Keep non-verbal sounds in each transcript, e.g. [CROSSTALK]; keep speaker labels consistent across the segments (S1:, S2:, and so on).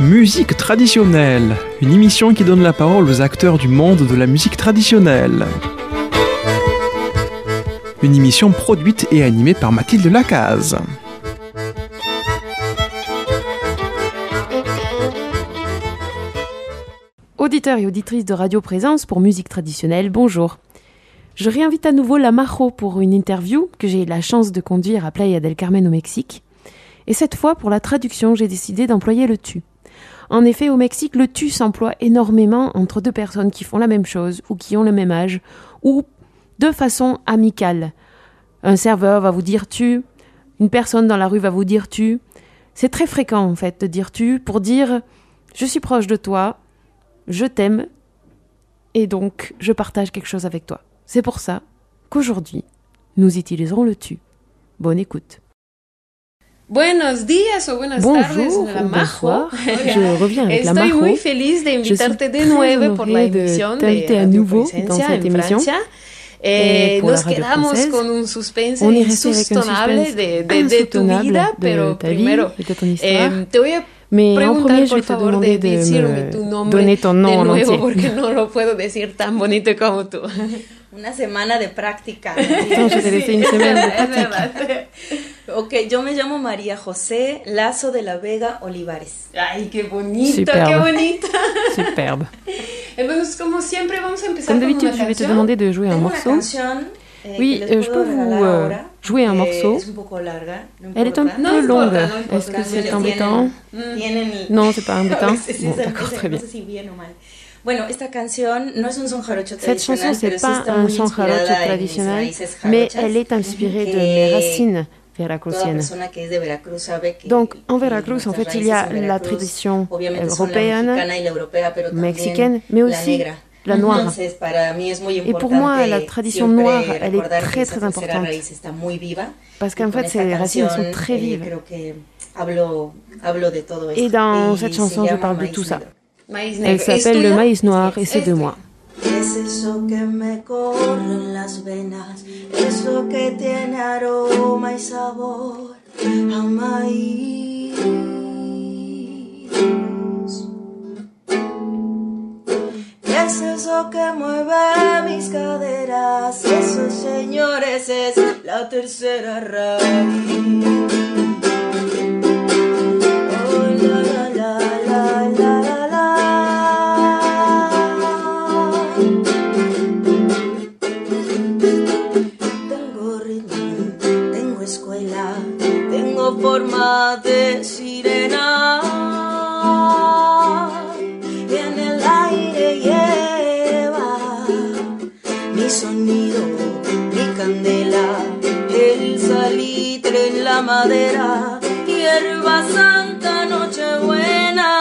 S1: Musique traditionnelle, une émission qui donne la parole aux acteurs du monde de la musique traditionnelle. Une émission produite et animée par Mathilde Lacaze.
S2: Auditeurs et auditrices de Radio Présence pour Musique Traditionnelle, bonjour. Je réinvite à nouveau la Majo pour une interview que j'ai eu la chance de conduire à Playa del Carmen au Mexique. Et cette fois, pour la traduction, j'ai décidé d'employer le tu. En effet, au Mexique, le tu s'emploie énormément entre deux personnes qui font la même chose ou qui ont le même âge ou de façon amicale. Un serveur va vous dire tu, une personne dans la rue va vous dire tu. C'est très fréquent en fait de dire tu pour dire je suis proche de toi, je t'aime et donc je partage quelque chose avec toi. C'est pour ça qu'aujourd'hui, nous utiliserons le tu. Bonne écoute.
S3: Buenos días o buenas tardes,
S2: Bonjour
S3: la
S2: ou
S3: Majo.
S2: bonsoir,
S3: [LAUGHS]
S2: je reviens avec la
S3: Estoy
S2: Majo.
S3: muy feliz de
S2: Je suis
S3: invitarte de
S2: très
S3: nuevo por la
S2: honorée de
S3: emisión de
S2: t'inviter à
S3: Radio
S2: nouveau dans
S3: Presencia
S2: cette
S3: en
S2: émission.
S3: Francia. Eh,
S2: Et pour la
S3: nos
S2: radio
S3: quedamos
S2: française,
S3: con un suspense
S2: On est resté avec un
S3: insoutenable
S2: suspense
S3: de, de, de tu
S2: insoutenable
S3: vida,
S2: de
S3: pero
S2: ta vie
S3: primero
S2: et de ton histoire.
S3: eh, te voy a
S2: Mais en
S3: preguntar,
S2: premier, je
S3: por
S2: vais te
S3: favor,
S2: demander
S3: de
S2: de
S3: decirme tu
S2: me
S3: nombre
S2: donner ton
S3: de
S2: nom en
S3: nuevo
S2: entier.
S3: porque no lo puedo decir tan bonito
S2: [LAUGHS]
S3: como tú.
S4: Una semana de práctica.
S2: Putain, je t'ai laissé une semaine de
S3: Es
S2: pratique.
S3: verdad.
S4: ok, yo me llamo María José Lazo de la Vega Olivares.
S3: Ay, qué bonito, qué
S2: Superbe.
S3: bonito. [LAUGHS]
S2: [LAUGHS] Superbe.
S3: Entonces, como siempre, vamos a empezar
S2: Comme
S3: con
S2: d'habitude,
S3: una
S2: je vais te
S3: canción.
S2: demander de jouer un
S4: Tengo una
S2: morceau.
S4: canción. eh,
S2: Oui,
S4: que les
S2: euh, je
S4: puedo
S2: peux vous,
S4: regalar
S2: euh,
S4: ahora,
S2: jouer un
S4: eh,
S2: morceau.
S4: Es un poco larga, no
S2: Elle est un
S4: importa.
S2: peu
S3: importe,
S2: longue.
S3: non, importe.
S2: Est-ce que c'est
S4: Tienen-
S2: embêtant
S4: tienen- [LAUGHS]
S2: Non, c'est pas
S3: [LAUGHS]
S4: A
S2: embêtant.
S4: veces
S2: Bon,
S4: es- a
S2: d'accord,
S4: veces-
S2: très bien.
S4: No sé si bien o mal. Bueno, esta canción no es un son jarocho
S2: Cette
S4: tradicional,
S2: chanson,
S4: pero
S2: c'est
S4: sí
S2: pas
S4: está
S2: un
S4: muy
S2: ah, son
S4: inspirada
S2: jarocho
S4: en mis
S2: traditionnel,
S4: raíces
S2: mais
S4: jarochas.
S2: elle est inspirée de
S4: Et
S2: mes racines
S4: Toda
S2: veracruziennes.
S4: persona que es de Veracruz sabe que-
S2: Donc, en
S4: que
S2: Veracruz, en
S4: nuestras
S2: fait, il y a
S4: raíces en
S2: la
S4: Veracruz,
S2: tradition
S4: obviamente, son la
S2: européenne,
S4: mexicana y la europea, pero también
S2: mexicaine, mais
S4: la
S2: aussi
S4: negra.
S2: la noire.
S4: Entonces, para mí es muy
S2: Et pour
S4: importante
S2: moi, la tradition
S4: siempre
S2: noire, elle est
S4: recordar que
S2: très,
S4: esa
S2: très
S4: tercera
S2: importante.
S4: raíz está muy viva.
S2: Parce
S4: Y
S2: qu'en
S4: con
S2: fait,
S4: esta
S2: ces racines sont
S4: canción,
S2: très
S4: eh,
S2: vives.
S4: creo que hablo, hablo de todo
S2: Et
S4: esto.
S2: dans
S4: Y
S2: cette
S4: se
S2: chanson, je
S4: llama
S2: parle de
S4: Maíz
S2: tout ça.
S4: Negro.
S3: Maíz
S2: Elle
S3: negro. ¿Es
S2: s'appelle Le
S3: tuya?
S2: maïs noir et
S3: Es
S2: c'est de
S3: tuya.
S2: moi.
S4: Es eso que me corre en las venas, es lo que tiene aroma y sabor a maíz. Es eso que mueve mis caderas, eso señores es la tercera raíz. Oh, la, la, la, la, la, la. Tengo ritmo, tengo escuela, tengo forma de sirena. Y en el aire lleva mi sonido, mi candela, el salitre en la madera, hierba santa, nochebuena.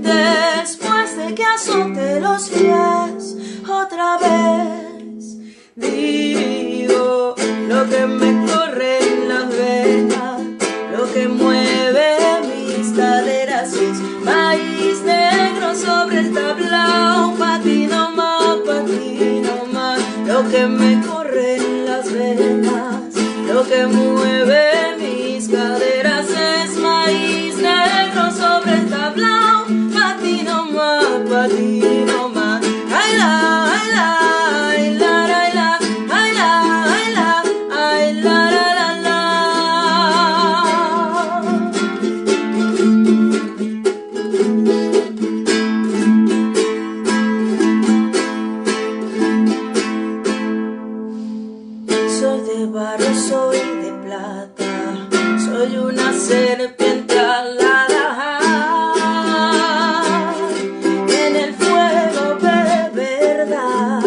S4: Después de que azote los pies otra vez, digo lo que me corre en las venas, lo que mueve mis caderas, es maíz negro sobre el tablao, patino más, patino más, lo que me corre en las venas, lo que mueve mis caderas es maíz negro sobre el tablao, patino más, patino más, ay la, ay la, ay la, ay la, ay la, ay la, ay la, la, la, la. Soy de barro, soy de plata, soy una serpiente alada. En el fuego de verdad,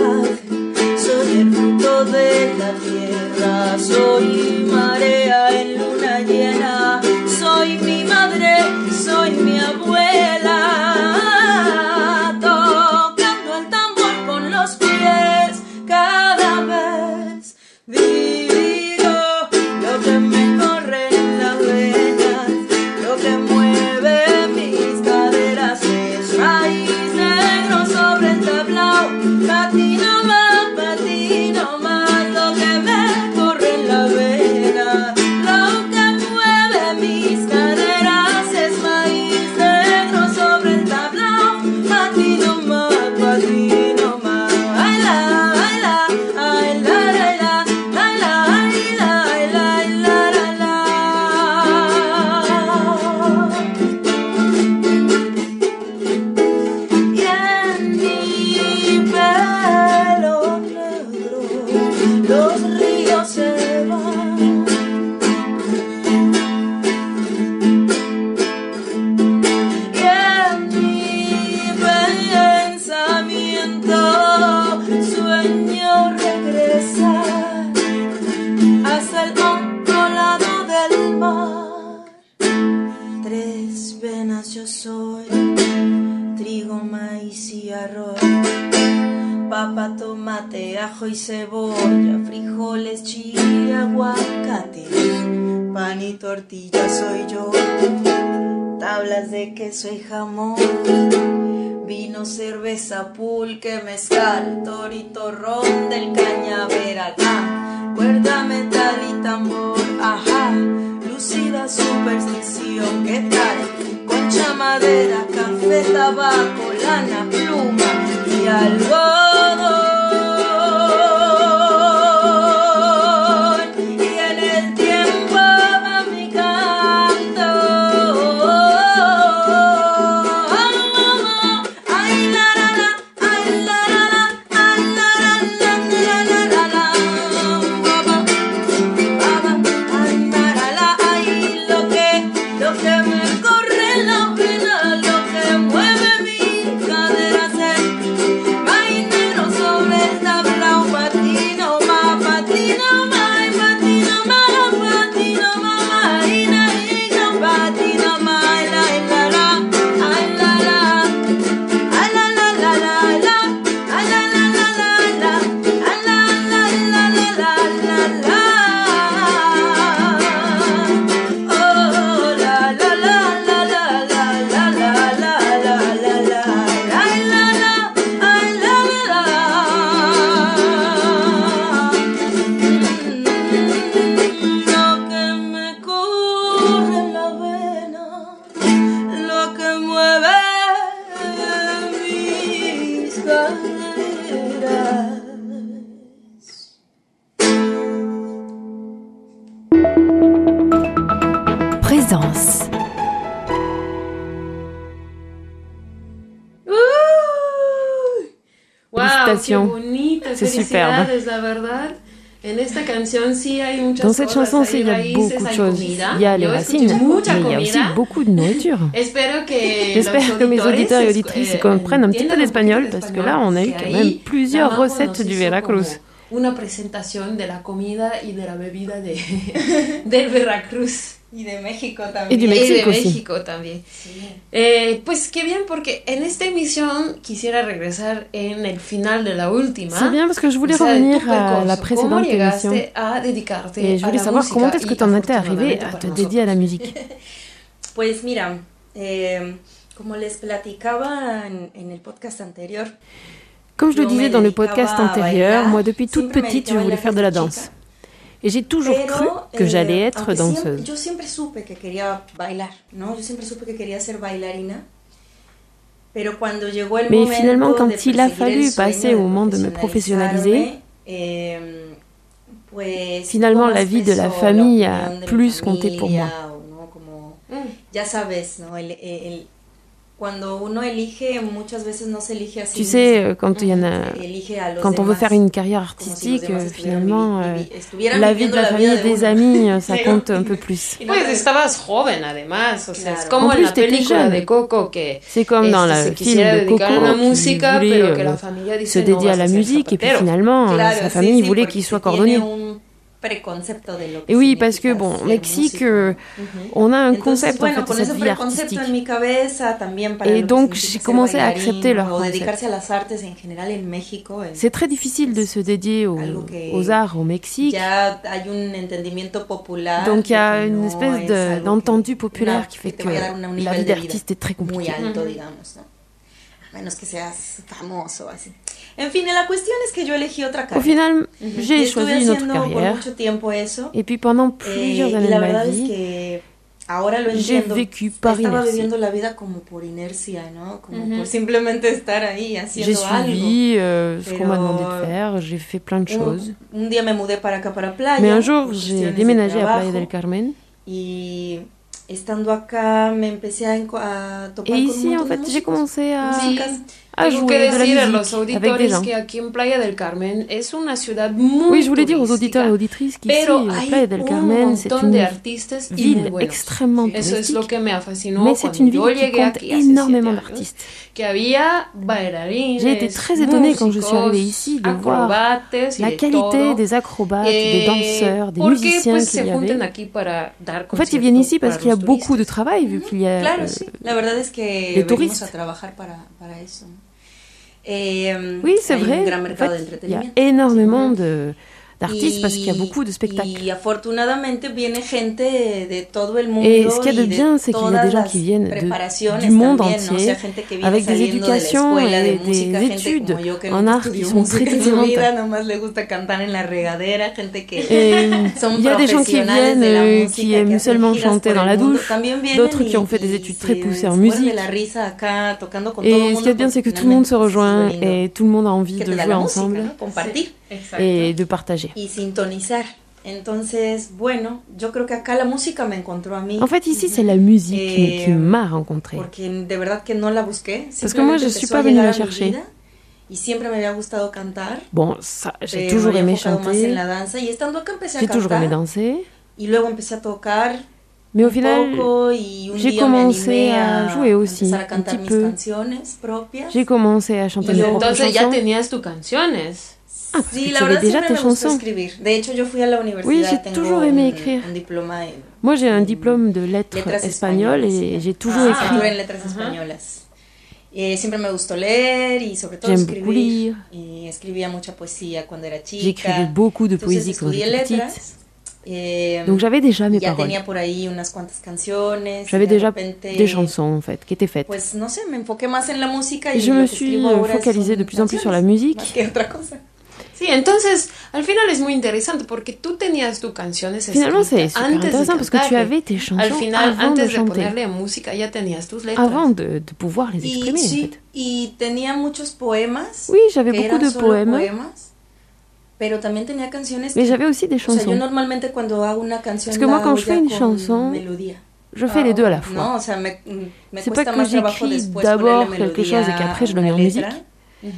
S4: soy el fruto de la tierra, soy marea en luna llena, soy mi madre, soy mi abuela. Tocando el tambor con los pies cada vez. Digo lo que me corre en las venas, lo que mueve mis caderas es maíz negro sobre el tablao. Patino más, patino más, lo que me corre en las venas, lo que mueve mis caderas es tomate, ajo y cebolla, frijoles, chile, aguacate, pan y tortilla soy yo, tablas de queso y jamón, vino, cerveza, pulque, mezcal, torito, ron del cañaveral, ah, cuerda, metal y tambor, ajá, lucida superstición, ¿qué tal? Concha, madera, café, tabaco, lana, pluma y algodón. Y en el tiempo va mi canto. Ay, la, la, la, ay, la, la, la, ay, la, la, la, la, la, la, la. Ba, ba. Andarala ahí lo que, lo que me corre la pena, lo que mueve mi cadera ser marinero sobre el tablao, patino, ma, patino, ma, patino, ma, patino, ma, marina, patino, ma, la, la, la, la, la, la. Mm, Lo que me corre en la vena, lo que mueve mis caderas.
S5: Présence.
S3: ¡Uy! ¡Wow!
S2: Felicitación.
S3: ¡Qué bonita!
S2: Es superbe.
S3: Felicidades, la verdad. En esta canción sí hay muchas
S2: Dans cette
S3: cosas.
S2: chanson,
S3: hay
S2: c'est- il y a
S3: raíces,
S2: beaucoup de
S3: hay
S2: choses.
S3: comida.
S2: Il y a les
S3: Yo escuché
S2: racines, mais
S3: mucha
S2: il y a aussi
S3: comida.
S2: beaucoup de
S3: [LAUGHS]
S2: nourriture.
S3: Espero
S2: [LAUGHS]
S3: que
S2: J'espère
S3: los
S2: que mes auditeurs et
S3: es-
S2: auditrices
S3: eh,
S2: comprennent un petit peu
S3: entiendan un
S2: d'espagnol,
S3: poquito
S2: parce
S3: de
S2: pues, que là, on a eu
S3: español,
S2: quand
S3: porque
S2: même
S3: ahí
S2: plusieurs
S3: Navajo nos
S2: recettes du
S3: hizo
S2: Veracruz.
S3: como Una presentación de la comida y de la bebida de, [LAUGHS] del Veracruz.
S4: Y de México también.
S2: Et du
S3: y de
S2: Mexique aussi.
S3: México también. Eh, pues qué bien, porque en esta emisión quisiera regresar en el final de la última.
S2: C'est bien parce que je voulais
S3: O sea, de tu
S2: revenir à la
S3: percurso. ¿Cómo
S2: précédente émission.
S3: llegaste a dedicarte
S2: Et je
S3: a
S2: voulais
S3: la
S2: savoir
S3: música
S2: comment est-ce que
S3: y
S2: tu en étais arrivé
S3: afortunadamente
S2: à te
S3: para
S2: dédier à la musique.
S4: Pues mira, eh, como les platicaba en, en el podcast anterior,
S2: Comme je le
S4: Non,
S2: disais
S4: mais
S2: dans le
S4: les
S2: podcast
S4: cabas,
S2: antérieur,
S4: bailar,
S2: moi depuis toute
S4: siempre me
S2: petite, je
S4: dediqué a
S2: voulais
S4: bailar
S2: faire de la
S4: desde
S2: danse. Et j'ai toujours
S4: pero,
S2: cru que
S4: eh,
S2: j'allais être
S4: aunque siempre-
S2: danseuse.
S4: yo siempre supe que quería bailar, ¿no? Yo siempre supe que quería ser bailarina. Pero cuando llegó el
S2: Mais
S4: momento
S2: finalement, quand
S4: de
S2: il a
S4: perseguir
S2: fallu
S4: el sueño
S2: passer
S4: de
S2: au moment de me
S4: profesionalizarme, eh, pues,
S2: Finalement,
S4: ¿cómo
S2: la
S4: es
S2: vie de la
S4: eso?
S2: familia
S4: opinión de mi
S2: plus comptait pour moi.
S4: familia, o no, como-
S3: Mm.
S4: ya sabes, ¿no? El- el- cuando uno elige, muchas veces no se elige así.
S2: Tu sais, euh, quand il y en a,
S4: elige a los
S2: quand on veut
S4: demás,
S2: faire une carrière
S4: como si los
S2: artistique,
S4: demás
S2: euh,
S4: estuvieran
S2: finalement,
S4: vivi-
S2: euh,
S4: vivi- estuvieran
S2: la vie
S4: viviendo
S2: de la famille et
S4: de
S2: des
S4: uno.
S2: amis, [LAUGHS] euh, ça
S4: Pero-
S2: compte un peu plus.
S4: Y no
S3: Pues
S4: te-
S3: estabas joven además, o sea, es
S4: Claro.
S3: como
S2: En plus,
S3: en la
S2: t'étais
S3: película
S2: jeune.
S3: de Coco que
S2: C'est comme
S3: este,
S2: dans le
S3: se
S2: film
S3: quisiera
S2: de Coco
S3: dedicar a la
S2: qui
S3: música,
S2: voulait
S3: pero que la
S2: euh,
S3: familia
S2: se
S3: dice no
S2: dédier à
S3: vas
S2: la
S3: ser
S2: musique et puis
S3: zapatero.
S2: finalement, euh,
S4: Claro,
S2: sa
S4: sí,
S2: famille
S4: sí,
S2: voulait
S4: porque
S2: qu'il soit
S4: se
S2: cordonnier.
S4: tiene un preconcepto de lo que
S2: Et oui,
S4: significa
S2: parce que bon, au
S4: ser
S2: Mexique,
S4: músico.
S2: euh, on a un
S4: Entonces,
S2: concept en
S4: bueno,
S2: fait de
S4: con
S2: cette
S4: ese
S2: vie
S4: preconcepto en
S2: artistique.
S4: mi cabeza también para
S2: Et
S4: lo que
S2: donc,
S4: significa
S2: j'ai
S4: ser
S2: commencé à
S4: bailarín
S2: accepter leur
S4: o
S2: concept.
S4: dedicarse a las artes en general en México. eh, en-
S2: C'est très difficile de se dédier aux,
S4: Algo que-
S2: aux arts au Mexique.
S4: ya hay un entendimiento popular.
S2: Donc il y a
S4: de que
S2: une
S4: no
S2: espèce
S4: es
S2: de-
S4: algo
S2: d'entendu
S4: que-
S2: populaire
S4: una-
S2: qui fait
S4: te
S2: que
S4: vaya a dar un
S2: la
S4: nivel
S2: vie
S4: de vida
S2: d'artiste est très
S4: muy
S2: compliquée. Mmh.
S4: alto, digamos, ¿no? A menos que seas famoso, así. En fin, la cuestión es que yo elegí otra carrera.
S2: Au final,
S4: Y
S2: j'ai
S4: Mhm. estuve
S2: choisi une autre
S4: haciendo por
S2: carrière.
S4: mucho tiempo eso.
S2: Et puis pendant
S4: Eh,
S2: plusieurs
S4: y
S2: années
S4: la
S2: de ma
S4: verdad es
S2: vie,
S4: que ahora lo
S2: j'ai
S4: entiendo.
S2: vécu par
S4: Estaba
S2: inertie.
S4: viviendo la vida como por inercia, ¿no? Como
S3: Ujú.
S4: por simplemente estar ahí haciendo
S2: J'ai suivi euh, ce qu'on m'a
S4: Pero-
S2: demandé de faire, j'ai fait plein de
S4: algo. Un-
S2: choses.
S4: Un, día me mudé para acá, para Playa.
S2: Mais un
S4: por
S2: jour,
S4: cuestiones
S2: j'ai
S4: de
S2: déménagé à Playa
S4: trabajo,
S2: del Carmen.
S4: Y estando acá me empecé a, enco- a topar
S2: Et
S4: con un
S2: ici, Eh, en
S4: montón de
S2: fait, j'ai
S4: músicos.
S2: commencé à,
S4: Músicas.
S2: à
S3: Tengo que
S2: jouer de la
S3: decir a los
S2: musique avec des
S3: auditores
S2: gens.
S3: que aquí en Playa del Carmen es una ciudad muy
S2: Oui, je voulais dire aux auditeurs et
S3: turística,
S2: auditrices qu'ici,
S3: pero
S2: à
S3: hay
S2: Playa del
S3: un
S2: Carmen, c'est
S3: montón de
S2: une
S3: artistas y muy
S2: ville
S3: buenos.
S2: extrêmement
S3: Eso es
S2: touristique,
S3: lo que me fascinó
S2: mais c'est
S3: cuando
S2: une
S3: yo
S2: ville qui
S3: llegué
S2: compte
S3: aquí hace siete
S2: énormément
S3: años,
S2: d'artistes.
S3: que había bailarines,
S2: J'ai été très étonnée quand je suis arrivée
S3: músicos,
S2: ici de voir
S3: acrobates y
S2: La
S3: de
S2: qualité
S3: todo.
S2: des acrobates, des
S3: Eh,
S2: danseurs, des
S3: porque,
S2: musiciens
S3: pues,
S2: qu'il y
S3: se juntan
S2: avait.
S3: aquí para
S2: En
S3: dar
S2: fait, ils
S3: conciertos
S2: viennent ici parce
S3: para
S2: qu'il y a
S3: los
S2: beaucoup de
S3: turistas.
S2: travail, vu qu'il y a... euh,
S4: Claro, sí. La verdad es que
S2: de
S4: venimos
S2: touristes.
S4: a trabajar para, para eso. Eh,
S2: Oui, c'est
S4: hay
S2: vrai.
S4: Un gran
S2: En
S4: mercado
S2: fait,
S4: de
S2: il y a
S4: entretenimiento.
S2: énormément de- d'artistes
S4: Y-
S2: parce qu'il y a beaucoup de
S4: [LAUGHS]
S2: spectacles.
S4: Y afortunadamente viene gente de todo el mundo.
S2: Et ce qu'il y a de
S4: y
S2: bien, c'est qu'il y a des
S4: todas
S2: gens
S4: las
S2: qui viennent de-
S4: preparaciones
S2: du monde
S4: también, ¿no? O
S2: entier,
S4: sea, gente que viene
S2: avec des
S4: saliendo de la
S2: éducations
S4: escuela de
S2: et
S4: música,
S2: des
S4: gente
S2: études
S4: como yo que
S2: en
S4: nunca
S2: art qui
S4: estudió
S2: sont très
S4: música en su
S2: différentes.
S4: vida, nomás le gusta cantar en la regadera, gente que
S2: Et
S4: [LAUGHS] son
S2: il y a des gens qui
S4: professionnels
S2: viennent,
S4: de la
S2: euh,
S4: música,
S2: qui
S4: que
S2: aiment
S4: hacen
S2: seulement
S4: giras
S2: chanter
S4: por
S2: dans
S4: el
S2: la
S4: mundo.
S2: douche,
S4: También vienen
S2: d'autres
S4: y-
S2: qui ont fait des
S4: y
S2: études très
S4: se
S2: poussées en
S4: mueren de
S2: musique.
S4: la risa acá, tocando con
S2: Et
S4: todo el
S2: ce
S4: mundo,
S2: qu'il y a de bien, c'est que
S4: porque
S2: tout le monde se
S4: finalmente
S2: rejoint
S4: es lindo
S2: et tout le monde a envie
S4: que
S2: de
S4: te da
S2: jouer
S4: la música,
S2: ensemble
S4: ¿no? Compartir
S3: Exacto.
S2: et de partager.
S4: y sintonizar. Entonces, bueno, yo creo que acá la música me encontró a mí.
S2: En fait, ici, c'est la musique
S4: Et,
S2: mais qui
S4: euh,
S2: m'a rencontrée.
S4: Porque de verdad que no la busqué.
S2: Parce que moi,
S4: simplemente
S2: je
S4: empezó
S2: suis pas
S4: a
S2: venue
S4: llegar
S2: la
S4: a mi
S2: chercher.
S4: vida Y siempre me había gustado cantar.
S2: Bon, ça, j'ai
S4: pero
S2: toujours
S4: me había
S2: aimé
S4: enfocado más en
S2: chanter,
S4: la danza. Y estando acá empecé a
S2: j'ai toujours aimé
S4: cantar.
S2: danser,
S4: Y luego empecé a tocar
S2: mais au
S4: un
S2: final,
S4: poco. Y un
S2: j'ai
S4: día me
S2: commencé
S4: animé
S2: à jouer aussi,
S4: empezar a
S2: un petit
S4: cantar mis
S2: peu.
S4: canciones propias.
S2: J'ai commencé à chanter
S3: Y
S2: mes
S4: Yo-
S2: propres
S3: entonces
S2: chansons.
S3: ya tenías tus canciones.
S2: Ah, parce que
S4: Sí,
S2: tu
S4: la
S2: avais
S4: verdad
S2: déjà
S4: siempre
S2: tes
S4: me gustó
S2: chansons.
S4: escribir. De hecho, yo fui a la universidad.
S2: j'ai
S4: tengo
S2: toujours aimé
S4: un-
S2: écrire.
S4: Un diploma en
S2: Moi, j'ai un diplôme de lettres
S4: letras
S2: espagnoles et
S4: españolas.
S2: j'ai toujours
S4: Ah,
S2: écrit.
S4: en letras
S3: Ajá.
S4: españolas. Eh, siempre me gustó leer y sobre todo
S2: J'aime
S4: escribir.
S2: beaucoup lire.
S4: Y escribía mucha poesía cuando era chica.
S2: J'écrivais beaucoup de
S4: Entonces
S2: poésie quand
S4: estudié
S2: j'étais petite,
S4: letras. eh,
S2: donc j'avais déjà mes
S4: ya
S2: paroles.
S4: tenía por ahí unas cuantas canciones.
S2: J'avais
S4: y de
S2: déjà
S4: repente,
S2: des chansons en fait qui étaient faites.
S4: Pues no sé, me enfoqué más en la música
S2: Et
S4: y
S2: je
S4: lo
S2: me
S4: que
S2: suis
S4: escribo
S2: euh,
S4: ahora
S2: focalisée
S4: son
S2: de plus en plus sur la
S4: canciones, Más
S2: musique.
S4: que otra cosa.
S3: Sí, entonces al final es muy interesante porque tú tenías tus canciones
S2: Finalement, c'est
S3: escritas
S2: super
S3: antes de
S2: intéressant parce que tu
S3: cantarle.
S2: avais tes
S3: Al
S2: chansons
S3: final,
S2: avant de
S3: antes de
S2: chanter,
S3: ponerle música, ya tenías tus letras.
S2: avant de, de pouvoir [LAUGHS] les
S4: Y,
S2: exprimer en
S4: sí,
S2: fait.
S4: y tenía muchos poemas.
S2: Oui, j'avais
S4: que
S2: beaucoup
S4: eran
S2: de
S4: solo
S2: poèmes,
S4: poemas. Pero también tenía canciones
S2: mais
S4: que
S2: j'avais aussi des
S4: O sea, yo
S2: chansons.
S4: normalmente cuando hago una canción
S2: Parce que moi,
S4: la
S2: quand
S4: hago
S2: je
S4: ya
S2: fais une
S4: con
S2: chanson, Ah,
S4: melodía.
S2: Je fais les deux à la fois.
S4: No, o sea, me, mm, me
S2: C'est pas
S4: cuesta
S2: que
S4: más trabajo
S2: j'écris
S4: después ponerle
S2: d'abord
S4: melodía
S2: quelque chose et qu'après je le
S4: a
S2: mets en
S4: una letra,
S2: musique.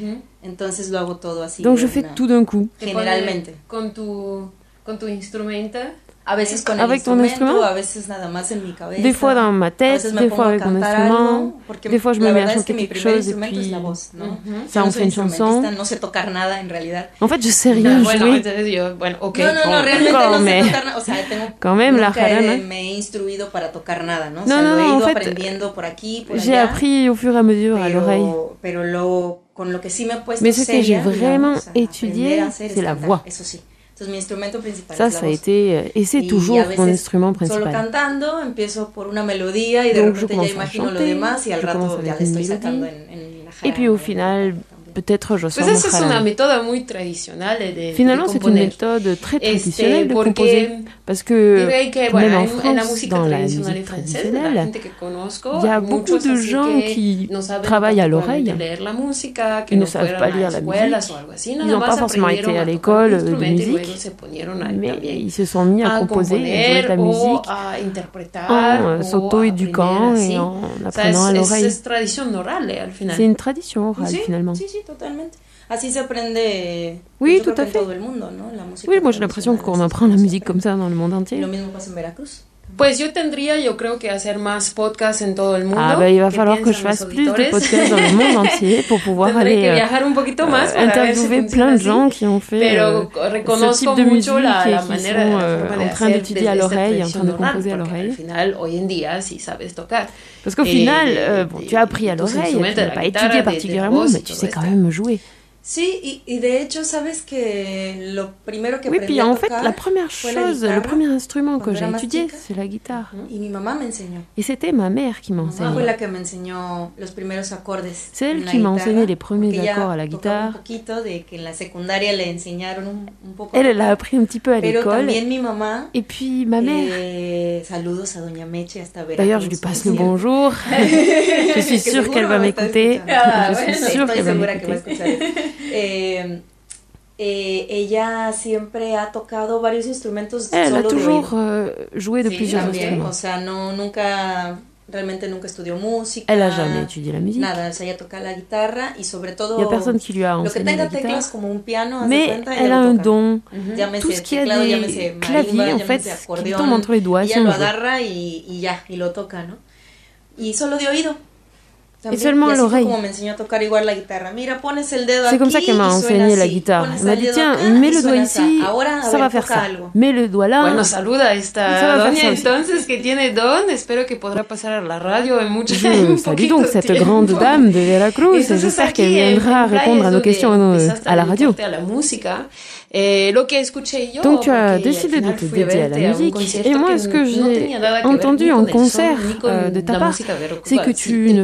S3: Ujú.
S4: Entonces lo hago todo así.
S2: Donc
S4: de
S2: je fais
S4: una-
S2: tout d'un coup.
S3: Te
S4: Generalmente.
S3: pone Con tu, con tu instrumento.
S4: A veces con el
S2: Avec ton
S4: instrumento,
S2: instrument.
S4: a veces nada más en mi cabeza.
S2: Des fois dans ma
S4: a
S2: tête,
S4: veces me
S2: des
S4: pongo
S2: fois
S4: a
S2: avec mon
S4: cantar
S2: instrument.
S4: algo, porque
S2: des fois, je me
S4: la
S2: mets à
S4: verdad es
S2: chanter
S4: que mi
S2: quelque
S4: primer
S2: chose et
S4: instrumento es la
S2: puis-
S4: voz, ¿no?
S3: Ujú.
S2: Ça,
S4: Yo
S2: on
S4: soy
S2: fait une chanson.
S4: instrumentista, No sé tocar nada en realidad.
S2: En fait, je sais rien
S3: Ah, bueno,
S2: jouer.
S3: entonces yo, bueno, ok.
S4: no, no, no,
S2: con-
S4: realmente
S2: con-
S4: no sé
S2: me-
S4: tocar nada. O sea, tengo
S2: Quand même, la
S4: Nunca he-
S2: jarana.
S4: me he instruido para tocar nada, ¿no? O
S2: No,
S4: sea,
S2: no,
S4: lo he
S2: no, en
S4: ido
S2: fait,
S4: aprendiendo por aquí, por
S2: J'ai
S4: allá,
S2: appris au fur et à mesure à l'oreille.
S4: Pero, pero lo, con lo que sí me he puesto
S2: Mais ce que j'ai
S4: seria, digamos,
S2: vraiment
S4: a
S2: étudié,
S4: aprender a hacer
S2: c'est la
S4: cantar,
S2: voix.
S4: Eso sí. Entonces mi instrumento principal
S2: Ça,
S4: es la
S2: ça a
S4: voz.
S2: été, et c'est
S4: Y
S2: toujours
S4: a veces
S2: mon instrument
S4: Solo
S2: principal.
S4: cantando, empiezo por una melodía y de
S2: Donc, je
S4: repente ya
S2: commence à
S4: imagino lo
S2: chanter,
S4: demás y al
S2: je commence
S4: rato
S2: avec
S4: ya le
S2: une
S4: estoy
S2: mélodie.
S4: sacando en, en la
S2: Et
S4: jarana,
S2: puis au
S4: ¿no?
S2: final, peut-être je sens
S3: Pues
S2: mon
S3: esa es una
S2: halal.
S3: método muy tradicional de, de
S2: Finalement, c'est une
S3: componer.
S2: méthode très
S3: Este,
S2: traditionnelle de composer.
S3: porque
S2: Parce que
S3: diré que
S2: même
S3: bueno,
S2: en
S3: en, en la
S2: France,
S3: música
S2: dans la
S3: tradicional y
S2: musique
S3: francesa,
S2: traditionnelle,
S3: la gente que conozco,
S2: il y a
S3: hay
S2: beaucoup
S3: muchos
S2: de
S3: así
S2: gens
S3: que
S2: qui
S3: no saben
S2: travaillent à
S3: particularmente
S2: l'oreille.
S3: leer la música, que
S2: Ils ne
S3: no
S2: savent
S3: fueron
S2: pas
S3: a
S2: lire la
S3: escuelas
S2: musique.
S3: o algo así,
S2: Ils
S3: nada
S2: n'ont
S3: más
S2: pas forcément
S3: aprendieron
S2: été à
S3: a tocar
S2: l'école
S3: un
S2: de
S3: instrumento y
S2: musique,
S3: luego se ponieron ahí
S2: mais
S3: también
S2: ils se sont mis à
S3: a
S2: composer et à jouer de
S3: componer
S2: la
S3: o
S2: musique
S3: a
S2: en
S3: interpretar
S2: euh,
S3: o
S2: s'auto-éduquant
S3: aprender así.
S2: et en
S3: O sea, es,
S2: apprenant à
S3: es-
S2: l'oreille.
S3: es tradición oral eh, al final.
S2: C'est une tradition orale
S4: Sí,
S2: finalement.
S4: sí, sí, totalmente. Así se aprende
S2: Oui,
S4: yo creo
S2: tout
S4: que
S2: à
S4: en
S2: fait.
S4: todo el mundo, ¿no? La música
S2: Oui, moi j'ai l'impression
S4: tradicional,
S2: qu'on
S4: así
S2: apprend la
S4: se
S2: musique comme
S4: aprende.
S2: ça dans le monde
S4: Y
S2: entier.
S4: Lo mismo pasa en Veracruz.
S3: Pues yo tendría, yo creo que hacer más podcasts en todo el mundo.
S2: Ah bah il va
S3: ¿Qué
S2: falloir que je
S3: piensan los
S2: fasse plus de
S3: auditores?
S2: podcasts dans le monde
S3: [LAUGHS]
S2: entier pour pouvoir
S3: Tendré
S2: aller
S3: que
S2: euh,
S3: viajar un poquito más
S2: euh,
S3: para ver si
S2: interviewer
S3: funciona
S2: plein de
S3: así.
S2: gens qui ont fait euh,
S3: Pero reconozco
S2: de
S3: mucho la,
S2: musique
S3: la
S2: qui
S3: manera,
S2: sont,
S3: la
S2: euh,
S3: forma de
S2: en train
S3: hacer
S2: d'étudier
S3: desde
S2: à
S3: esta
S2: l'oreille, en
S3: tradición
S2: train de
S3: oral,
S2: composer à
S3: porque
S2: l'oreille.
S3: Al final, hoy en día, si sabes tocar.
S2: Parce qu'au
S3: Et-
S2: final, euh, bon, tu as appris à
S3: et tous
S2: l'oreille, tu
S3: instruments,
S2: n'as
S3: la
S2: pas
S3: guitare,
S2: étudié
S3: des- des
S2: particulièrement,
S3: voces,
S2: mais tu
S3: tout
S2: sais
S3: ça.
S2: quand même jouer.
S4: Sí, y, y de hecho, sabes que lo primero que
S2: Oui,
S4: aprendí
S2: puis
S4: a
S2: en fait,
S4: tocar
S2: la première
S4: fue la
S2: chose, le
S4: guitarra
S2: premier instrument que
S4: cuando
S2: j'ai
S4: era más
S2: étudié,
S4: chica.
S2: c'est la guitare.
S4: y mi mamá me enseñó.
S2: Et c'était ma mère qui
S4: Mi mamá fue
S2: m'enseignait.
S4: la que me enseñó los primeros acordes.
S2: C'est elle
S4: en la
S2: qui m'a
S4: guitarra,
S2: enseigné les premiers
S4: porque ella
S2: accords à la
S4: tocaba
S2: guitare.
S4: Un poquito de que en la secundaria le enseñaron un, un poco.
S2: Elle, elle a appris un petit peu à
S4: Pero
S2: l'école.
S4: también mi mamá.
S2: Et puis ma mère.
S4: eh, saludos a Doña Meche hasta Veracruz.
S2: D'ailleurs, je lui passe le bonjour.
S4: Je [LAUGHS]
S2: suis sûre qu'elle va m'écouter. [LAUGHS]
S3: Ah,
S2: Je suis
S3: bueno.
S2: sûre qu'elle va
S4: segura que va a
S2: m'écouter.
S4: escuchar. esto. Eh, eh, ella siempre ha tocado varios instrumentos
S2: Elle a
S4: solo de
S2: toujours
S4: oído.
S2: euh, joué de
S3: Si,
S2: plusieurs
S4: También,
S2: instruments.
S4: o sea, no nunca realmente nunca estudió música.
S2: Elle a jamais étudié la musique.
S4: Nada, o sea, ella toca la guitarra y sobre
S2: Il
S4: todo
S2: n'y a personne qui lui a
S4: lo Ah. que
S2: enseigné la
S4: tenga
S2: guitare.
S4: teclas como un piano, haz de
S2: Mais
S4: cuenta, ella
S2: elle
S4: lo
S2: a un
S4: toca.
S2: don.
S4: Llámese
S2: Tout ce qui
S4: teclado,
S2: est
S4: llámese
S2: des
S4: marimba,
S2: claviers, en fait,
S4: llámese
S2: qui lui
S4: acordeón,
S2: tombe entre les doigts,
S4: ella
S2: c'est un
S4: lo
S2: jeu.
S4: agarra y, y ya, y lo toca, ¿no? Y solo de oído.
S3: También,
S2: Et seulement
S4: y así fue
S2: l'oreille.
S4: como me enseñó a tocar igual la guitarra. Mira, pones el dedo
S2: C'est
S4: aquí
S2: comme ça
S4: y
S2: qu'elle m'a
S4: suena
S2: enseigné la
S4: así.
S2: guitare.
S4: Pones
S2: Elle m'a
S4: el
S2: dit
S4: dedo
S2: tiens,
S4: acá y
S2: mets le
S4: suena
S2: doigt
S4: así.
S2: ici,
S4: Ahora, a
S2: ça
S4: ver,
S2: va faire
S4: toca
S2: ça.
S4: algo.
S2: Mets le doigt là.
S3: Bueno, saluda a esta
S2: Ça va faire
S3: doña
S2: ça aussi.
S3: entonces que tiene don. Espero que podrá pasar a la radio en [LAUGHS] mucho
S2: Je
S3: en
S2: salue
S3: poquito
S2: donc cette
S3: tiempo. [LAUGHS]
S2: grande dame de Veracruz.
S3: Entonces,
S2: J'espère
S3: aquí
S2: qu'elle
S3: en-
S2: viendra
S3: en Playa
S2: répondre à nos
S3: es donde
S2: questions euh,
S3: empezaste
S2: à la radio.
S3: dedicarte a la música. Eh, lo que escuché yo,
S2: Donc, tu as
S3: porque al
S2: décidé de
S3: final
S2: te
S3: fui
S2: dédier à la
S3: verte un
S2: musique.
S3: concierto
S2: Et moi,
S3: que
S2: ce que
S3: no
S2: j'ai
S3: tenía nada que ver
S2: entendu
S3: ni
S2: en
S3: con el son,
S2: concert,
S3: ni con
S2: euh, de ta
S3: la
S2: part,
S3: música veracruzana.
S2: c'est que tu
S3: Te
S2: ne fais pas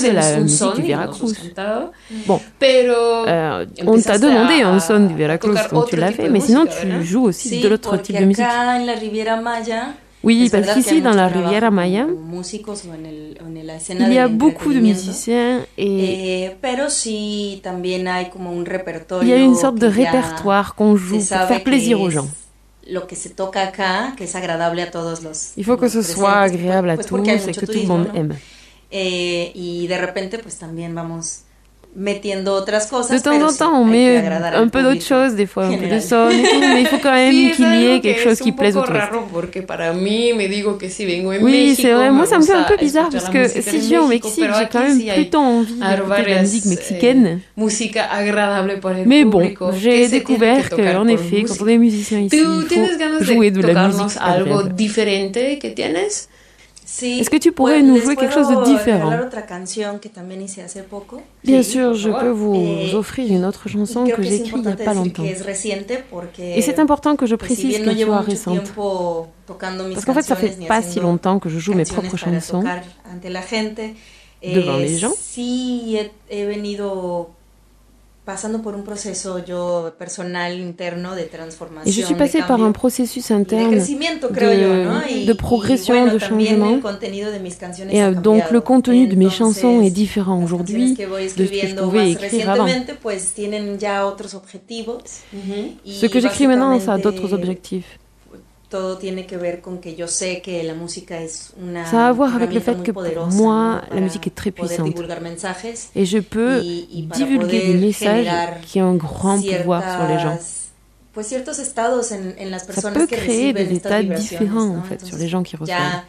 S2: que de
S3: en
S2: la
S3: un
S2: musique
S3: son
S2: du
S3: y nos has
S2: Veracruz.
S3: cantado,
S2: Bon.
S3: pero
S2: Euh, on
S3: Empezaste
S2: t'a demandé
S3: à-
S2: un son du
S3: à
S2: Veracruz,
S3: tocar
S2: donc tu
S3: otro
S2: l'as
S3: tipo
S2: fait,
S3: de
S2: mais sinon
S3: música, ¿verdad?
S2: tu joues aussi
S4: Sí,
S2: de l'autre
S4: porque
S2: type de musique.
S4: acá en la Riviera Maya.
S2: Oui,
S4: es
S2: parce
S4: verdad que hay
S2: qu'ici, dans
S4: mucho
S2: la
S4: trabajo
S2: Riviera
S4: como
S2: Maya,
S4: músicos o en el- en la escena
S2: il y
S4: del
S2: a beaucoup de
S4: entretenimiento.
S2: musiciens et
S4: Eh, pero sí, también hay como un repertorio.
S2: il y a une sorte de
S4: que ya
S2: répertoire qu'on joue
S4: se
S2: pour
S4: sabe
S2: faire
S4: que
S2: plaisir aux
S4: es
S2: gens.
S4: Lo que se toca acá, que es agradable a todos los.
S2: Il faut que
S4: los
S2: ce soit
S4: presentes,
S2: agréable à
S4: pues
S2: tous
S4: porque hay
S2: et
S4: mucho
S2: que tout le
S4: turismo,
S2: monde
S4: ¿no?
S2: aime.
S4: Eh, y de repente, pues también vamos metiendo otras cosas.
S2: De temps
S4: pero
S2: en
S4: sí,
S2: temps, on
S4: hay que
S2: met
S4: agradar
S2: un
S4: al
S2: peu d'autre
S4: público.
S2: chose, des fois un peu de
S4: Général.
S2: son et tout, mais il faut quand
S3: Sí,
S2: même
S3: es
S2: qu'il y
S3: algo
S2: ait
S3: que
S2: quelque chose
S3: es
S2: qui
S3: un
S2: plaise aux
S3: poco
S2: touristes.
S3: raro porque para mí me digo que si vengo en
S2: Oui,
S3: México,
S2: c'est vrai.
S3: me
S2: Moi, ça me fait un
S3: gusta
S2: peu bizarre parce
S3: escuchar la
S2: que
S3: música
S2: si
S3: en
S2: je vais au
S3: México,
S2: Mexique,
S3: pero
S2: j'ai quand
S3: aquí
S2: même
S3: sí hay
S2: plutôt envie d'écouter de la
S3: varias,
S2: musique
S3: eh,
S2: mexicaine.
S3: música agradable para el
S2: Mais bon,
S3: público. que
S2: j'ai
S3: se tiene que
S2: découvert
S3: tocar
S2: qu'en
S3: por
S2: effet, quand
S3: música.
S2: on est musicien ici,
S3: ¿Tú
S2: il
S3: tienes
S2: faut
S3: ganas
S2: jouer de
S3: de
S2: la musique
S3: tocarnos algo
S2: agréable.
S3: diferente que tienes?
S4: Sí,
S2: Est-ce que tu pourrais
S4: pues,
S2: nous
S4: les
S2: jouer quelque
S4: puedo
S2: chose de différent
S4: regalar otra canción que también hice hace poco.
S2: Bien
S3: Sí,
S2: sûr,
S3: por
S2: je
S3: favor.
S2: peux vous
S4: Et-
S2: offrir une autre chanson
S4: Eh, Creo
S2: que
S4: que es
S2: j'ai écrite il n'y a
S4: importante
S2: pas
S4: decir
S2: longtemps.
S4: que es reciente porque
S2: Et c'est important que je
S4: pues, si
S2: précise
S4: bien no
S2: qu'elle
S4: llevo
S2: soit
S4: mucho
S2: récente.
S4: tiempo tocando mis
S2: Parce qu'en fait, ça
S4: canciones
S2: fait
S4: ni
S2: pas si
S4: haciendo
S2: longtemps que je joue mes
S4: canciones
S2: propres
S4: para
S2: chansons.
S4: tocar ante la gente. Eh,
S2: devant les gens.
S4: Sí, he, he venido pasando por un proceso yo personal interno de transformación.
S2: Et je suis
S4: de
S2: passée par
S4: cambio
S2: un processus
S4: y de
S2: interne.
S4: crecimiento, creo yo, ¿no?
S2: de-
S4: Y-
S2: de
S4: y,
S2: progresión,
S4: bueno,
S2: de
S4: también el
S2: changement.
S4: contenido de mis canciones
S2: Et
S4: ha
S2: euh, donc,
S4: cambiado.
S2: le contenu de mes chansons est
S4: Entonces,
S2: différent
S4: las canciones
S2: aujourd'hui
S4: que voy
S2: que je
S4: escribiendo
S2: pouvais
S4: más
S2: écrire avant.
S4: recientemente, pues tienen ya otros objetivos. y
S2: Ce que j'écris maintenant, ça a
S4: básicamente
S2: d'autres objectifs.
S4: Todo tiene que ver con que yo sé que la música es una
S2: Ça a à voir avec le
S4: herramienta
S2: fait
S4: muy
S2: que pour
S4: poderosa,
S2: moi,
S4: ¿no?
S2: la
S4: Para
S2: musique est très
S4: poder
S2: puissante.
S4: divulgar mensajes
S2: Et je peux
S4: y- y para
S2: divulguer des
S4: poder
S2: messages
S4: generar
S2: qui ont un grand pouvoir sur les gens.
S4: ciertas- Pues ciertos estados en, en las
S2: Ça
S4: personas
S2: peut
S4: que
S2: créer
S4: reciben
S2: des
S4: estas
S2: états
S4: vibraciones,
S2: différents,
S4: ¿no?
S2: en fait, sur
S4: Entonces,
S2: les gens qui reçoivent.
S4: Ya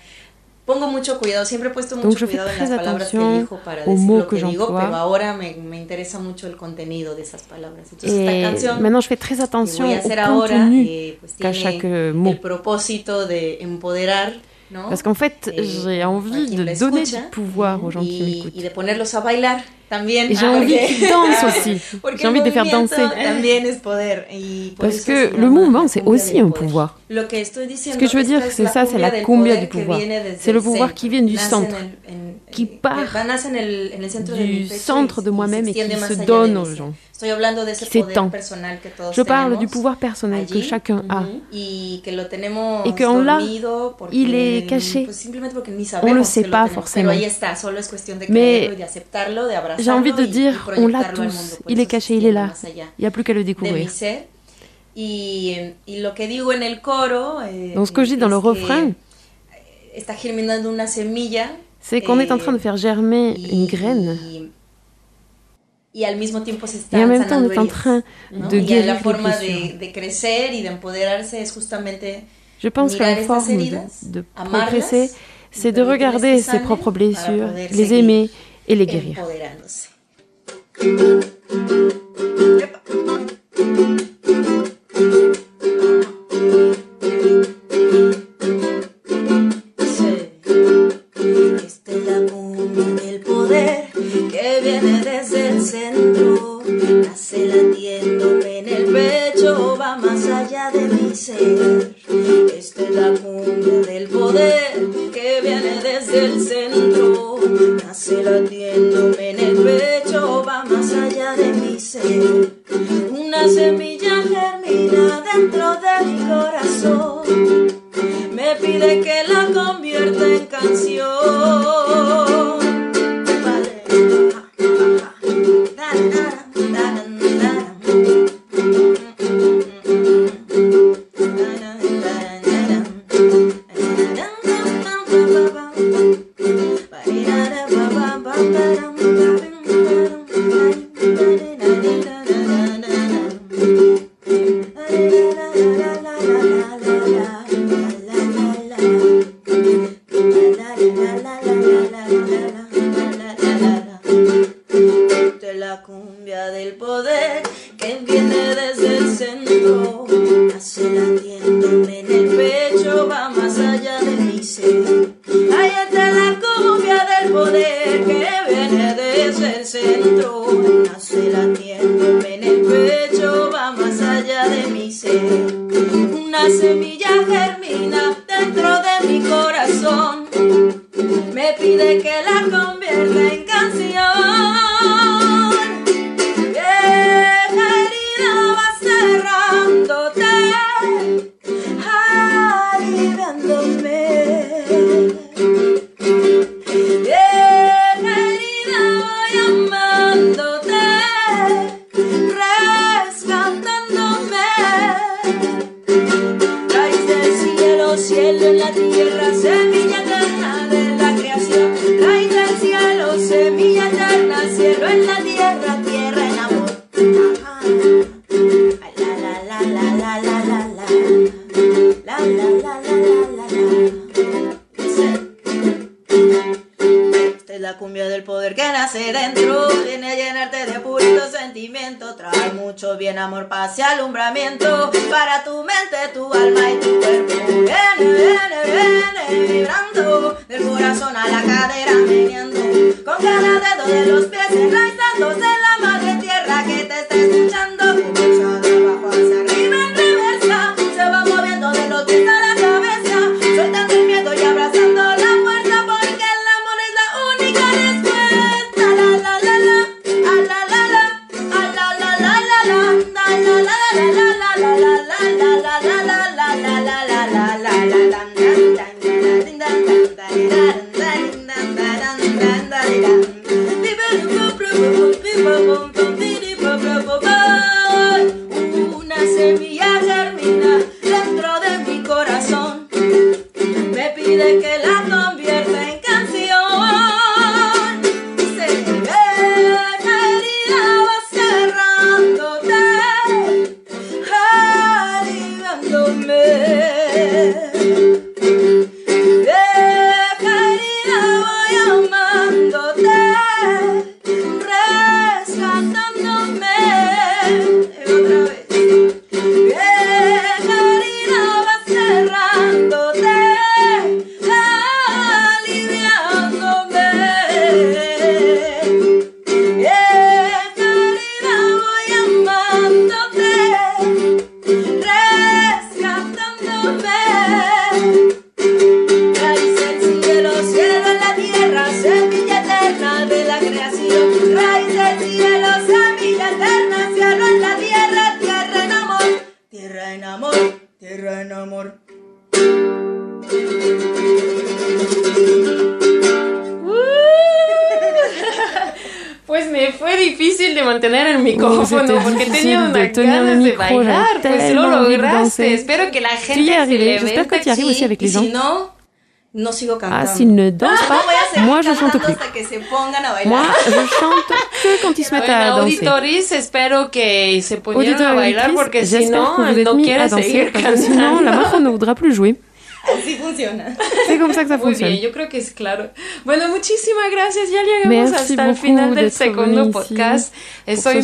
S4: pongo mucho cuidado, siempre he puesto
S2: Donc,
S4: mucho
S2: je fais
S4: cuidado en
S2: très
S4: las palabras que
S2: attention
S4: elijo para
S2: aux
S4: decir
S2: mots
S4: lo
S2: que
S4: que digo,
S2: j'emploie.
S4: pero ahora me, me interesa mucho el contenido de esas palabras. Entonces,
S2: Et
S4: esta canción
S2: maintenant, je fais très
S4: que
S2: attention
S4: voy a
S2: au
S4: hacer ahora
S2: contenu
S4: eh, pues
S2: qu'à
S4: tiene
S2: chaque euh, mot.
S4: el propósito de empoderar, ¿no?
S2: Parce qu'en fait,
S4: Et
S2: j'ai
S4: à
S2: envie
S4: qui
S2: de
S4: l'escucha.
S2: donner du pouvoir aux gens qui
S4: y, y
S2: m'écoutent.
S4: de ponerlos a bailar también.
S2: Et j'ai
S4: Ah,
S2: envie
S4: porque-
S2: qu'ils
S4: [LAUGHS]
S2: dansent aussi.
S4: porque
S2: J'ai
S4: el
S2: envie de les faire
S4: movimiento
S2: danser.
S4: También es poder. Y por
S2: Parce
S4: eso se
S2: que
S4: llama
S2: le
S4: la
S2: mouvement, c'est
S4: cumbia
S2: aussi
S4: del
S2: un
S4: poder.
S2: pouvoir.
S4: Lo que estoy diciendo
S2: que je veux
S4: esta
S2: dire,
S4: es
S2: c'est
S4: la
S2: ça, c'est
S4: cumbia
S2: la
S4: del
S2: cumbia
S4: poder
S2: du
S4: que
S2: pouvoir.
S4: viene desde
S2: C'est le
S4: el
S2: pouvoir
S4: centro.
S2: qui vient du
S4: Nace en
S2: centre,
S4: el- en-
S2: qui
S4: eh,
S2: part
S4: va- nace en el- en el centro de mi
S2: du
S4: pecho y
S2: centre de
S4: se- y
S2: moi-même et
S4: extiende
S2: qui
S4: más
S2: se
S4: allá de
S2: donne
S4: mí.
S2: aux gens.
S4: Estoy hablando de ese
S2: qui s'étend.
S4: poder personal que todos
S2: Je parle du
S4: tenemos.
S2: pouvoir personnel que
S4: allí.
S2: chacun a.
S3: Ujú.
S4: y que lo tenemos
S2: Y que on l'a,
S4: dormido porque
S2: il est caché.
S4: pues, simplemente porque ni sabemos
S2: le sait
S4: que
S2: pas
S4: lo tenemos,
S2: forcément.
S4: pero ahí está solo es cuestión de
S2: Mais
S4: creerlo y de aceptarlo de abrazarlo
S2: j'ai envie de
S4: y- y
S2: dire, on l'a
S4: proyectarlo al
S2: tous.
S4: mundo. Por
S2: Il
S4: eso
S2: est caché,
S4: se
S2: il est
S4: extiende
S2: là.
S4: más allá
S2: Il n'y a plus qu'à le
S4: de mi
S2: découvrir.
S4: ser. y, y lo que digo en el coro eh,
S2: Donc ce que je dis dans
S4: es
S2: le
S4: que eh,
S2: refrain,
S4: está germinando una semilla eh,
S2: c'est qu'on est en
S4: et-
S2: train de faire germer
S4: y,
S2: une graine.
S4: y, y al mismo tiempo se está
S2: Et en même temps, on est en
S4: heridas.
S2: train
S4: ¿no?
S2: de
S4: Y la
S2: guérir les
S4: forma
S2: blessures.
S4: de, de crecer y de empoderarse es justamente
S2: Je pense que la
S4: mirar estas
S2: forme
S4: heridas,
S2: de, de
S4: amarlas,
S2: progresser, c'est de
S4: permitirles
S2: regarder
S4: que
S2: ses
S4: sanen
S2: propres
S4: para
S2: blessures,
S4: poder
S2: les
S4: seguir
S2: aimer et les guérir.
S4: empoderándose. Sí. Esta es la cumbia del poder que viene desde el centro. Nace latiéndome en el pecho, va más allá de mi ser. Esta es la cumbia del poder que viene desde el centro. Nace latiéndome en el pecho, va más allá de mi ser. Una semilla germina dentro de mi corazón me pide que la convierta en canción. Vale. Taran, taran, taran, taran. Taran, taran, taran. Taran, taran, taran, taran. germina dentro de mi corazón. Me pide que la convierta en canción. Vieja herida va cerrándote, aliviándome. Vieja herida voy amándote, rescatándome. Raíz del cielo, cielo en la tierra, semilla eterna de la creación. Raíz del cielo, semilla eterna, cielo en la tierra, tierra en amor. Ajá. Ay, La la la la la la la la. La la la la la la la. Dice. Esta es la cumbia del poder que nace dentro. Viene a llenarte de purito sentimiento. Trae mucho bien, amor, paz y alumbramiento. Para tu mente, tu alma y tu cuerpo. Viene, viene, viene, vibrando. Del corazón a la cadera, viniendo. Con cada dedo de los pies, enraizándose en la madre tierra que te está escuchando. Comienza de abajo hacia arriba en reversa. Se va moviendo de los pies a la cabeza. Soltando el miedo y abrazando la fuerza. Porque el amor es la única respuesta. La la la la, a la la la, a la la la la la, la la la la la la la la la la la la la la la la la la la la una semilla germina dentro de mi corazón me pide que la convierta en canción. Dice, ven herida va cerrándote, aliviándome. Deja herida voy amándote, rescatándome. Y Otra vez. Vieja herida va cerrándote, aliviándome. Vieja herida voy amándote, rescatándome. Raíz del cielo, cielo en la tierra, semilla eterna de la creación. Raíz del cielo, semilla eterna, cielo en la tierra, tierra en amor, tierra en amor, tierra en amor.
S3: Pues me fue difícil de mantener el
S2: Uh,
S3: micrófono
S2: c'était
S3: porque
S2: difícil
S3: tenía
S2: de
S3: unas
S2: tenir le
S3: ganas de
S2: micro, j'avais
S3: bailar, pues
S2: tellement
S3: lo
S2: envie de
S3: lograste.
S2: danser.
S3: Espero que la gente
S2: y es
S3: se
S2: arrivé,
S3: levante
S2: j'espère que tu y arrives
S3: aquí.
S2: aussi avec
S4: Y
S2: les gens.
S4: si no, no sigo
S2: Ah,
S4: cantando.
S2: s'ils ne dansent
S4: [LAUGHS] No voy a
S2: pas,
S4: seguir
S2: moi je chante au
S4: cantando
S2: clip.
S4: hasta que se pongan a
S2: Moi,
S4: bailar. [LAUGHS]
S2: je chante que quand ils se mettent à
S3: Bueno,
S2: danser.
S3: auditoris, espero que se pudieron
S2: Auditeurs
S3: a
S2: et
S3: bailar
S2: auditrices,
S3: porque si
S2: j'espère
S3: no,
S2: que vous êtes
S3: no
S2: mis à
S3: quiere
S2: danser,
S3: seguir
S2: parce que sinon la
S3: cantando.
S2: marche ne voudra plus jouer.
S4: Así funciona.
S2: C'est comme ça que ça
S3: Muy
S2: fonctionne.
S3: bien, yo creo que es claro. Bueno, muchísimas gracias. Ya llegamos
S2: Merci
S3: hasta el
S2: beaucoup
S3: final del
S2: d'être
S3: segundo
S2: venu
S3: podcast. Estoy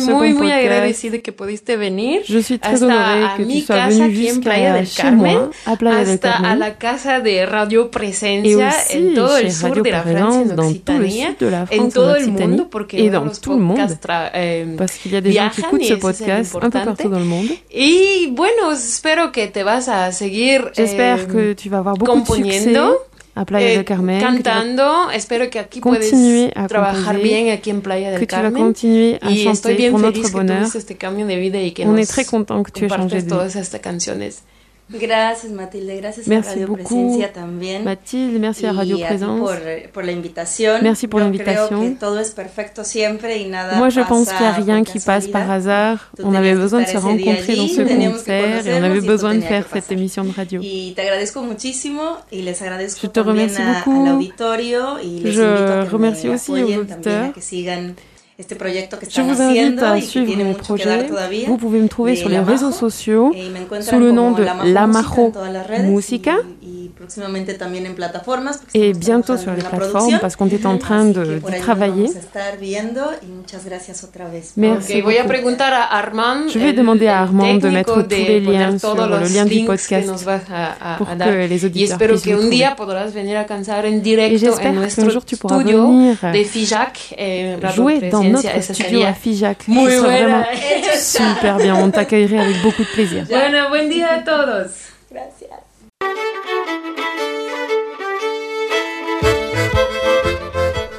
S2: ce
S3: muy,
S2: second
S3: muy
S2: podcast.
S3: agradecida que pudiste venir.
S2: Je suis très
S3: Hasta
S2: honorée
S3: a
S2: que
S3: mi
S2: tu sois
S3: casa
S2: venue
S3: aquí en
S2: jusqu'à
S3: Playa del
S2: chez moi,
S3: Carmen,
S2: à Playa del
S3: hasta a
S2: Carmen,
S3: la casa de Radio
S2: et
S3: Presencia en
S2: aussi
S3: todo el
S2: chez
S3: sur
S2: Radio
S3: de la Francia
S2: Présence
S3: en
S2: dans tout le
S3: Occitania,
S2: sud de la
S3: en
S2: France, en
S3: todo el
S2: Occitanie,
S3: mundo, porque
S2: et
S3: uno de
S2: dans
S3: los
S2: tout le monde,
S3: podcasts tra- eh,
S2: parce qu'il y a des gens qui
S3: viajan,
S2: écoutent
S3: et
S2: ce
S3: ça, c'est
S2: podcast un peu
S3: important.
S2: partout dans le monde.
S3: Eh, y bueno, espero que te vas a seguir.
S2: J'espère
S3: eh,
S2: que tu vas avoir beaucoup de succès
S3: componiendo,
S2: à Playa
S3: eh,
S2: del Carmen, que tu vas-
S3: cantando. Espero que aquí puedes
S2: continuer à
S3: trabajar
S2: composer,
S3: bien aquí en Playa
S2: que
S3: del
S2: tu vas
S3: Carmen.
S2: continuer à
S3: Y estoy
S2: chanter
S3: bien
S2: pour
S3: feliz
S2: notre
S3: que
S2: bonheur.
S3: tuviste este cambio de vida y que
S2: On
S3: nos
S2: est très content que tu aies changé
S3: compartes
S2: de vie.
S3: todas estas canciones.
S4: Gracias Matilde, gracias
S2: Merci
S4: a Radio
S2: beaucoup.
S4: Presencia también.
S2: Mathilde, merci à Radio
S4: y a ti
S2: Présence.
S4: Por, por la invitación.
S2: Merci por
S4: Yo
S2: la invitación.
S4: Creo que todo es perfecto siempre y nada
S2: Moi, je
S4: pasa
S2: pense qu'il n'y a rien
S4: por
S2: qui passe par
S4: casualidad.
S2: hasard.
S4: Tú
S2: On avait
S4: tenías que
S2: besoin de se
S4: estar ese día
S2: rencontrer dans
S4: allí,
S2: ce
S4: teníamos que
S2: concert et on
S4: conocernos
S2: avait
S4: y tú
S2: besoin de
S4: tenías que
S2: faire cette
S4: pasar.
S2: émission de radio.
S4: Y te agradezco muchísimo y les agradezco
S2: Je te
S4: también
S2: remercie
S4: a-
S2: beaucoup.
S4: al auditorio y les
S2: Je
S4: invito a que
S2: remercie
S4: me
S2: aussi aux
S4: apoyen también
S2: auditeurs.
S4: a que sigan este proyecto que
S2: Je
S4: están
S2: vous invite
S4: haciendo
S2: à
S4: y que
S2: suivre
S4: tiene
S2: mon
S4: mucho que dar
S2: projet.
S4: todavía.
S2: Vous pouvez me trouver
S4: de
S2: sur les
S4: Lamajo.
S2: réseaux sociaux.
S4: Eh, y me encuentran
S2: sous le nom
S4: como
S2: de
S4: Lamajo
S2: La Majo
S4: en todas las redes
S2: Música.
S4: y, y próximamente también en plataformas porque
S2: Et
S4: estamos
S2: bientôt
S4: trabajando
S2: sur
S4: en
S2: les
S4: la
S2: plateformes
S4: producción.
S2: parce qu'on est en train
S4: Así
S2: de
S4: que por
S2: d'y
S4: ahí nos
S2: travailler.
S4: Vamos a estar viendo y muchas gracias otra vez.
S2: Merci
S3: Ok, voy a
S2: beaucoup.
S3: preguntar a Armand.
S2: Je vais
S3: el-
S2: demander à
S3: el
S2: Armand de
S3: técnico,
S2: mettre tous les
S3: poner
S2: liens
S3: todos
S2: sur le
S3: los
S2: lien du
S3: links que
S2: podcast
S3: nos vas a- a-
S2: pour
S3: a dar.
S2: que les
S3: Y
S2: auditeurs
S3: espero
S2: puissent
S3: que
S2: le
S3: un
S2: trouver.
S3: día podrás venir a cantar en
S2: Et
S3: directo en
S2: j'espère qu'un
S3: nuestro
S2: jour tu pourras
S3: estudio
S2: venir
S3: de Fijac eh, Radio
S2: jouer dans
S3: Presencia.
S2: notre
S3: Esa
S2: studio
S3: sería
S2: à Figeac. Ce
S3: Muy
S2: sera
S3: buena.
S2: vraiment
S3: [LAUGHS]
S2: super bien. On t'accueillerait avec beaucoup de plaisir.
S3: Bueno, buen día a todos.
S4: Gracias.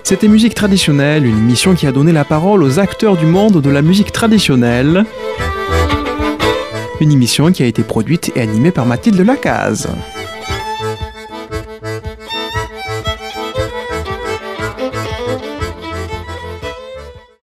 S1: C'était Musique Traditionnelle, une émission qui a donné la parole aux acteurs du monde de la musique traditionnelle. Une émission qui a été produite et animée par Mathilde Lacaze.